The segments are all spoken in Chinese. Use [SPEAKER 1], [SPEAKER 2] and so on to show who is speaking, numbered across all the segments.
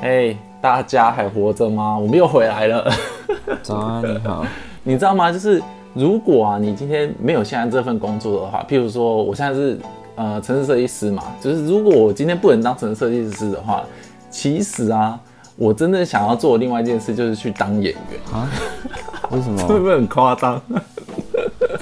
[SPEAKER 1] 哎、大家还活着吗？我们又回来了。
[SPEAKER 2] 早安，你好。
[SPEAKER 1] 你知道吗？就是如果啊，你今天没有现在这份工作的话，譬如说我现在是呃城市设计师嘛，就是如果我今天不能当城市设计师的话，其实啊，我真正想要做的另外一件事就是去当演员，
[SPEAKER 2] 为什
[SPEAKER 1] 会
[SPEAKER 2] 么？
[SPEAKER 1] 不会很夸张？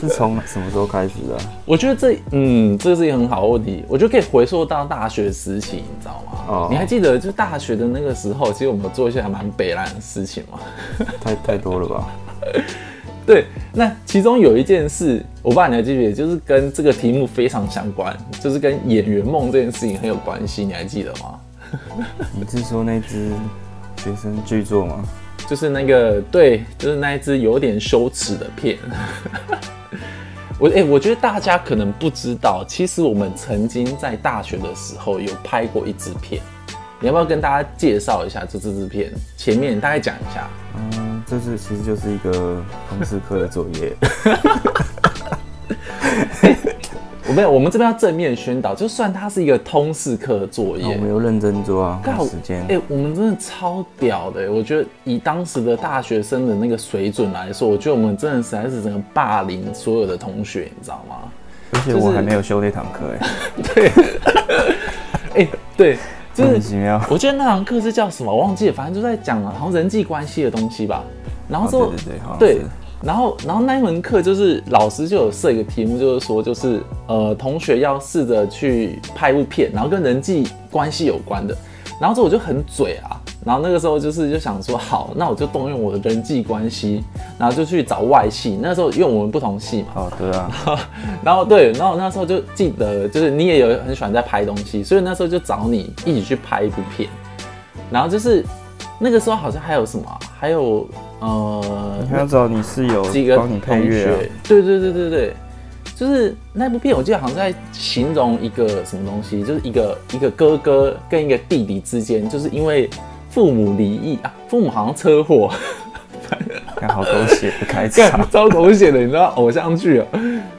[SPEAKER 2] 是从什么时候开始的？
[SPEAKER 1] 我觉得这嗯，这是一个很好的问题，我觉得可以回溯到大学时期，你知道吗？
[SPEAKER 2] 哦
[SPEAKER 1] 你还记得就大学的那个时候，其实我们有做一些还蛮北烂的事情嘛。
[SPEAKER 2] 太太多了吧？
[SPEAKER 1] 对，那其中有一件事，我爸你还记不记得？就是跟这个题目非常相关，就是跟演员梦这件事情很有关系，你还记得吗？
[SPEAKER 2] 你是说那只学生剧作吗？
[SPEAKER 1] 就是那个对，就是那一支有点羞耻的片。 我哎、我觉得大家可能不知道，其实我们曾经在大学的时候有拍过一支片，你要不要跟大家介绍一下这支支片？前面大概讲一下。
[SPEAKER 2] 嗯，这是其实就是一个通识课的作 业。
[SPEAKER 1] 我们我们这边要正面宣导，就算它是一个通识课的作
[SPEAKER 2] 我
[SPEAKER 1] 业，
[SPEAKER 2] 们有认真做啊，
[SPEAKER 1] 干
[SPEAKER 2] 花时间
[SPEAKER 1] 哎、。我们真的超屌的、哎我觉得以当时的大学生的那个水准来说，我觉得我们真的实在是整个霸凌所有的同学，你知道吗？
[SPEAKER 2] 而且
[SPEAKER 1] 就是
[SPEAKER 2] 我还没有修那堂课哎，
[SPEAKER 1] 哎、对，就
[SPEAKER 2] 莫名
[SPEAKER 1] 是
[SPEAKER 2] 其 妙。
[SPEAKER 1] 我记得那堂课是叫什么，我忘记了，反正就在讲了，好像人际关系的东西吧。然后之后、
[SPEAKER 2] 哦对对对好像
[SPEAKER 1] 对
[SPEAKER 2] 是
[SPEAKER 1] 然后然后那一门课就是老师就有设一个题目，就是说就是呃同学要试着去拍一部片，然后跟人际关系有关的。然后之后我就很嘴啊，然后那个时候就是就想说好，那我就动用我的人际关系，然后就去找外系。那时候因为我们不同系嘛，
[SPEAKER 2] 哦，对啊，
[SPEAKER 1] 然后对，然后我那时候就记得，就是你也有很喜欢在拍东西，所以那时候就找你一起去拍一部片。然后就是那个时候好像还有什么啊，还有呃
[SPEAKER 2] 还要找你室友
[SPEAKER 1] 几个
[SPEAKER 2] 帮你配
[SPEAKER 1] 同学，
[SPEAKER 2] 乐啊
[SPEAKER 1] 对对对对对，就是那部片我记得好像在形容一个什么东西，就是一个一个哥哥跟一个弟弟之间，就是因为父母离异啊，父母好像车祸。
[SPEAKER 2] 啊，看好狗血的开
[SPEAKER 1] 干。
[SPEAKER 2] 场
[SPEAKER 1] 超狗血的，你知道偶像剧啊，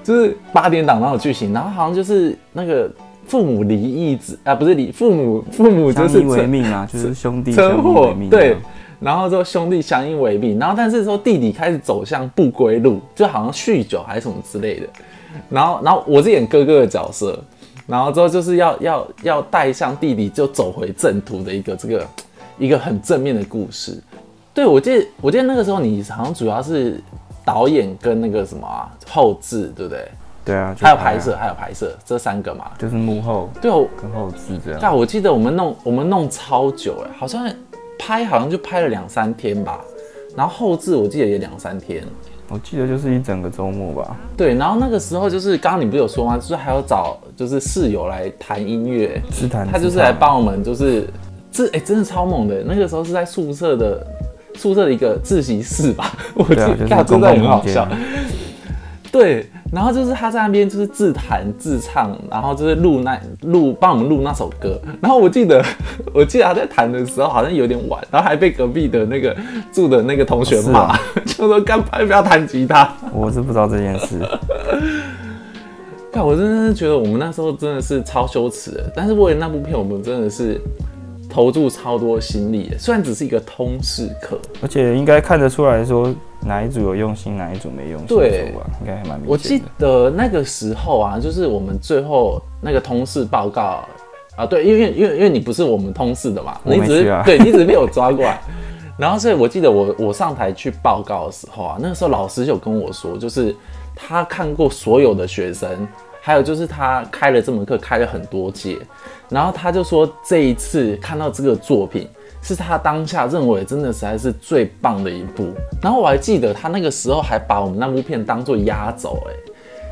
[SPEAKER 1] 就是八点档那种剧情，然后好像就是那个父母离异子啊，不是离父母父母就
[SPEAKER 2] 相
[SPEAKER 1] 是
[SPEAKER 2] 依为
[SPEAKER 1] 车
[SPEAKER 2] 命啊，就是兄弟
[SPEAKER 1] 车
[SPEAKER 2] 相依为
[SPEAKER 1] 祸
[SPEAKER 2] 命啊。
[SPEAKER 1] 对，然后之后兄弟相依为命，然后但是说弟弟开始走向不归路，就好像酗酒还是什么之类的，然后然后我是演哥哥的角色，然后之后就是要要要带向弟弟就走回正途的一个这个一个很正面的故事。对，我记得我记得那个时候你好像主要是导演跟那个什么啊后置，对不对？
[SPEAKER 2] 对啊，就
[SPEAKER 1] 还有
[SPEAKER 2] 拍啊
[SPEAKER 1] 拍摄，，还有拍摄这三个嘛。
[SPEAKER 2] 就是幕后
[SPEAKER 1] 对，我
[SPEAKER 2] 跟后置这样。
[SPEAKER 1] 但我记得我们弄我们弄超久哎，好像拍好像就拍了两三天吧，然后后置我记得也两三天。
[SPEAKER 2] 我记得就是一整个周末吧。
[SPEAKER 1] 对，然后那个时候就是刚刚你不是有说吗？就是还要找就是室友来谈音乐，
[SPEAKER 2] 自弹
[SPEAKER 1] 他就是
[SPEAKER 2] 自唱
[SPEAKER 1] 来帮我们，就是这哎、真的超猛的。那个时候是在宿舍的宿舍的一个自习室吧，我记
[SPEAKER 2] 对啊，
[SPEAKER 1] 得、
[SPEAKER 2] 就是
[SPEAKER 1] 干真
[SPEAKER 2] 公
[SPEAKER 1] 的
[SPEAKER 2] 共
[SPEAKER 1] 很好
[SPEAKER 2] 空间
[SPEAKER 1] 笑
[SPEAKER 2] 啊。。
[SPEAKER 1] 对，然后就是他在那边就是自弹自唱，然后就是录那录帮我们录那首歌。然后我记得我记得他在弹的时候好像有点晚，然后还被隔壁的那个住的那个同学
[SPEAKER 2] 哦是
[SPEAKER 1] 骂，
[SPEAKER 2] 啊
[SPEAKER 1] 就说干嘛不要弹吉他。
[SPEAKER 2] 我是不知道这 件事，
[SPEAKER 1] 但我真的是觉得我们那时候真的是超羞耻的，但是为了那部片，我们真的是投注超多心力的。虽然只是一个通识课，
[SPEAKER 2] 而且应该看得出来说哪一组有用心，哪一组没用心，
[SPEAKER 1] 对
[SPEAKER 2] 吧？应该还蛮
[SPEAKER 1] 我
[SPEAKER 2] 明显
[SPEAKER 1] 记得
[SPEAKER 2] 的。
[SPEAKER 1] 那个时候啊，就是我们最后那个通识报告啊，对，因为因为因为你不是我们通识的嘛，
[SPEAKER 2] 我
[SPEAKER 1] 你
[SPEAKER 2] 没
[SPEAKER 1] 只是、
[SPEAKER 2] 去啊
[SPEAKER 1] 对你只是被我抓过来。然后，所以我记得我我上台去报告的时候啊，那个时候老师有跟我说，就是他看过所有的学生，还有就是他开了这门课开了很多届，然后他就说这一次看到这个作品是他当下认为真的实在是最棒的一部。然后我还记得他那个时候还把我们那部片当做压轴，哎，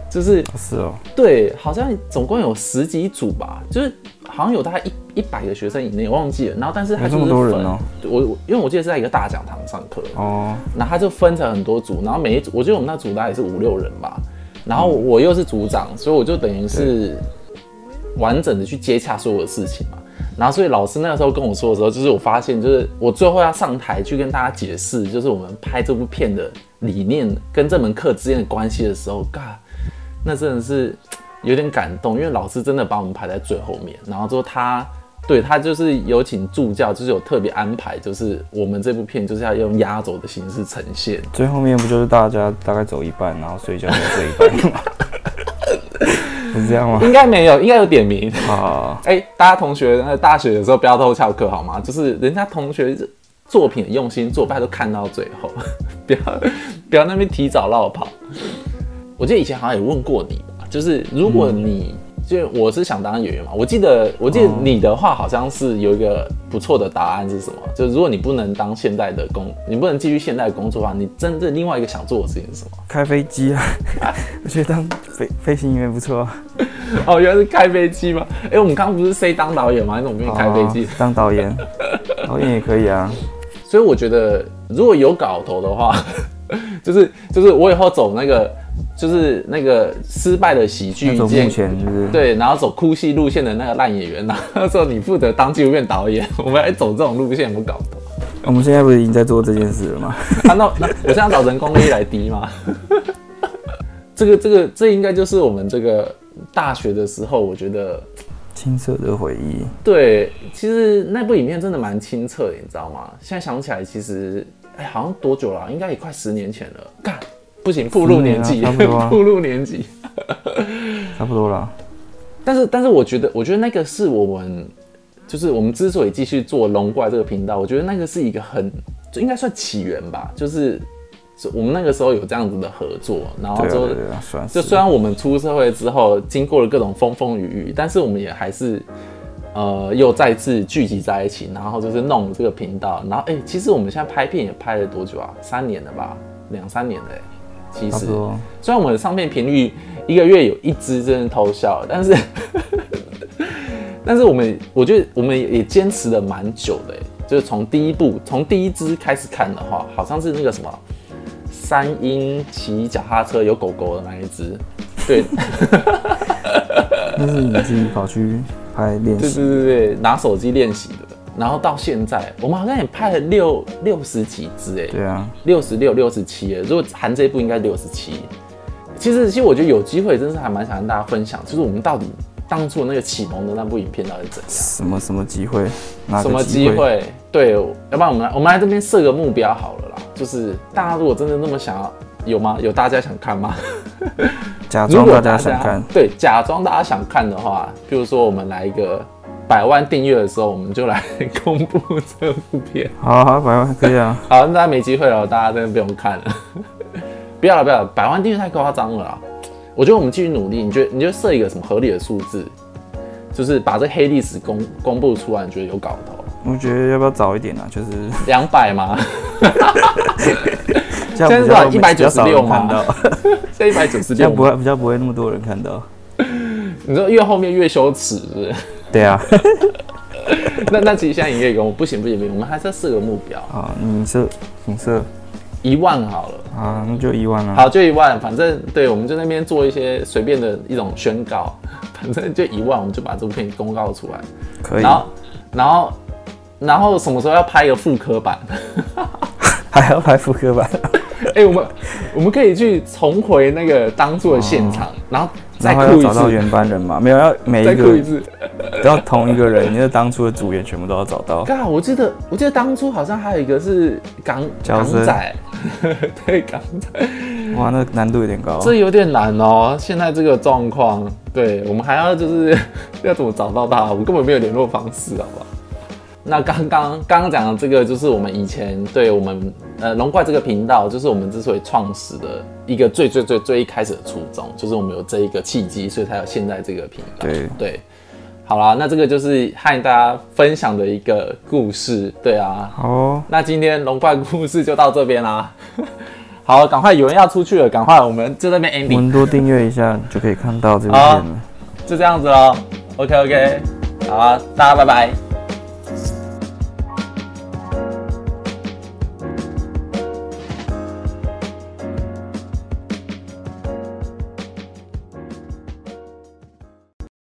[SPEAKER 1] 就是
[SPEAKER 2] 是哦，
[SPEAKER 1] 对，好像总共有十几组吧，就是好像有大概一一百个学生以内，我忘记了。然后，但是他
[SPEAKER 2] 有
[SPEAKER 1] 就
[SPEAKER 2] 这
[SPEAKER 1] 是
[SPEAKER 2] 么
[SPEAKER 1] 分，
[SPEAKER 2] 多人哦
[SPEAKER 1] 我我因为我记得是在一个大讲堂上课，
[SPEAKER 2] 哦，
[SPEAKER 1] 然后他就分成很多组，然后每一组，我记得我们那组大概是五六人吧，然后
[SPEAKER 2] 嗯
[SPEAKER 1] 我又是组长，所以我就等于是完整的去接洽所有的事情嘛。然后，所以老师那个时候跟我说的时候，就是我发现，就是我最后要上台去跟大家解释，就是我们拍这部片的理念跟这门课之间的关系的时候，嘎，那真的是有点感动，因为老师真的把我们排在最后面，然后之后他对他就是有请助教，就是有特别安排，就是我们这部片就是要用压轴的形式呈现。
[SPEAKER 2] 最后面不就是大家大概走一半，然后睡觉走这一半吗？ 是这样吗？
[SPEAKER 1] 应该没有，应该有点名。
[SPEAKER 2] 啊，
[SPEAKER 1] 哎、大家同学，那大学的时候不要偷翘课好吗？就是人家同学作品用心做，大家都看到最后， 不要不要那边提早落跑。我记得以前好像也问过你吧，就是如果你、就我是想当演员嘛，我记得我记得你的话好像是有一个不错的答案是什么？就是如果你不能当现代的工，你不能继续现代的工作的话，你真正另外一个想做的事情是什 么？
[SPEAKER 2] 开飞机啊，我觉得当飞飞行员不错啊。
[SPEAKER 1] 哦，原来是开飞机吗？哎、我们刚刚不是 C 当导演吗？你怎么没有开飞机
[SPEAKER 2] 哦？当 导演，导演也可以啊。
[SPEAKER 1] 所以我觉得如果有搞头的话， 就是就是我以后走那个就是那个失败的喜剧
[SPEAKER 2] 那种
[SPEAKER 1] 界
[SPEAKER 2] 目前就是，
[SPEAKER 1] 对，然后走哭戏路线的 那个烂演员，然后说你负责当纪录片导演， 我们来走这种路线，有没有搞头？
[SPEAKER 2] 我们现在不是已经在做这件事了吗？
[SPEAKER 1] 啊，那那我现在找人工 A 来滴吗？ 这个这个这应该就是我们这个大学的时候，我觉得
[SPEAKER 2] 青涩的回忆，
[SPEAKER 1] 对，其实那部影片真的蛮清澈的，你知道吗？现在想起来，其实哎，好像多久了啊、应该也快十年前了。干，不行，步入年纪
[SPEAKER 2] 十年啊差不多，啊
[SPEAKER 1] 步入年纪。
[SPEAKER 2] 差不多了。
[SPEAKER 1] 但是，但是我觉得，我觉得那个是我们，就是我们之所以继续做龙怪这个频道，我觉得那个是一个很，就应该算起源吧，就是就我们那个时候有这样子的合作，然后
[SPEAKER 2] 对啊，
[SPEAKER 1] 之后
[SPEAKER 2] 对啊，算。
[SPEAKER 1] 就是虽然我们出社会之后，经过了各种风风雨雨，但是我们也还是，呃，又再次聚集在一起，然后就是弄这个频道，然后哎、其实我们现在拍片也拍了多久啊？三年了吧，两三年了、哎其
[SPEAKER 2] 差
[SPEAKER 1] 实
[SPEAKER 2] 不多，
[SPEAKER 1] 虽然我们的上片频率一个月有一支真的偷笑，但是， 但是我们我觉得我们也坚持了蛮久的、哎就是从第一部从第一支开始看的话，好像是那个什么三英骑脚踏车有狗狗的那一只，对，
[SPEAKER 2] 那是你自己跑去拍练
[SPEAKER 1] 对
[SPEAKER 2] 习，
[SPEAKER 1] 对对对，拿手机练习的。然后到现在，我们好像也拍了六六十几支哎，
[SPEAKER 2] 对啊，
[SPEAKER 1] 六十六、六十七耶，如果含这一部应该六十七。其实，其实我觉得有机会，真是还蛮想跟大家分享，就是我们到底当初那个启蒙的那部影片到底怎样，
[SPEAKER 2] 什么什么机会，哪
[SPEAKER 1] 什
[SPEAKER 2] 个
[SPEAKER 1] 么机？会？对，要不然我们来，我们来这边设个目标好了啦，就是大家如果真的那么想要，有吗？有大家想看吗？
[SPEAKER 2] 假
[SPEAKER 1] 如
[SPEAKER 2] 装
[SPEAKER 1] 果
[SPEAKER 2] 大家想看，
[SPEAKER 1] 对，假装大家想看的话，比如说我们来一个百万订阅的时候，我们就来 公布这部片。
[SPEAKER 2] 好啊好啊，百万可以啊，
[SPEAKER 1] 好，那大家没机会了，大家真的不用看了。 不要了，不要了，百万订阅太夸张了啦。我觉得我们继续努力，你觉得你就设一个什么合理的数字，就是把这黑历史公公布出来，你觉得有搞头？
[SPEAKER 2] 我觉得要不要早一点啊？就是
[SPEAKER 1] 两百吗？现在是多少196
[SPEAKER 2] 这样比较比较少人
[SPEAKER 1] 吗
[SPEAKER 2] 看到，
[SPEAKER 1] 这一百九十
[SPEAKER 2] 这样不
[SPEAKER 1] 六，
[SPEAKER 2] 会比较不会那么多人看到。
[SPEAKER 1] 你说越后面越羞耻，是不是？
[SPEAKER 2] 对 啊，
[SPEAKER 1] 那那其实现在营业工不行不行不行，我们还是要设个目标，
[SPEAKER 2] 啊，影射影射
[SPEAKER 1] 一万好了。
[SPEAKER 2] 啊，那就一万啊。
[SPEAKER 1] 好，就一万，反正对，我们就那边做一些随便的一种宣告，反正就一万，我们就把这部片公告出来。
[SPEAKER 2] 可以
[SPEAKER 1] 然，后，然后，然后什么时候要拍一个复刻版？
[SPEAKER 2] 还要拍副科版，
[SPEAKER 1] 哎、我们我们可以去重回那个当初的现场，然后 再
[SPEAKER 2] 哦然后
[SPEAKER 1] 哭
[SPEAKER 2] 要
[SPEAKER 1] 一
[SPEAKER 2] 找到
[SPEAKER 1] 次，
[SPEAKER 2] 原班人马，没有要每
[SPEAKER 1] 再
[SPEAKER 2] 一
[SPEAKER 1] 哭一
[SPEAKER 2] 个
[SPEAKER 1] 次。
[SPEAKER 2] 都要同一个人，你的当初的组员全部都要找到。
[SPEAKER 1] 刚好我记得，我记得当初好像还有一个是港
[SPEAKER 2] 角
[SPEAKER 1] 港
[SPEAKER 2] 色
[SPEAKER 1] 仔， 对港仔，
[SPEAKER 2] 哇，那难度有点高。
[SPEAKER 1] 这有点难哦。现在这个状况，对我们还要就是 要怎么找到他？我根本没有联络方式，好不好？那刚刚刚刚讲的这个，就是我们以前对我们呃龙怪这个频道，就是我们之所以创始的一个最最最最一开始的初衷，就是我们有这一个契机，所以才有现在这个频道。
[SPEAKER 2] 对
[SPEAKER 1] 对，好啦，那这个就是和大家分享的一个故事。对啊，
[SPEAKER 2] 好哦，
[SPEAKER 1] 那今天龙怪故事就到这边啦。 好，赶快有人要出去了，赶快我们就这边
[SPEAKER 2] 我
[SPEAKER 1] ending，
[SPEAKER 2] 们多订阅一下，你就可以看到这个
[SPEAKER 1] 好啊
[SPEAKER 2] 片了。
[SPEAKER 1] 就这样子喽。OK OK，好啊，大家拜拜。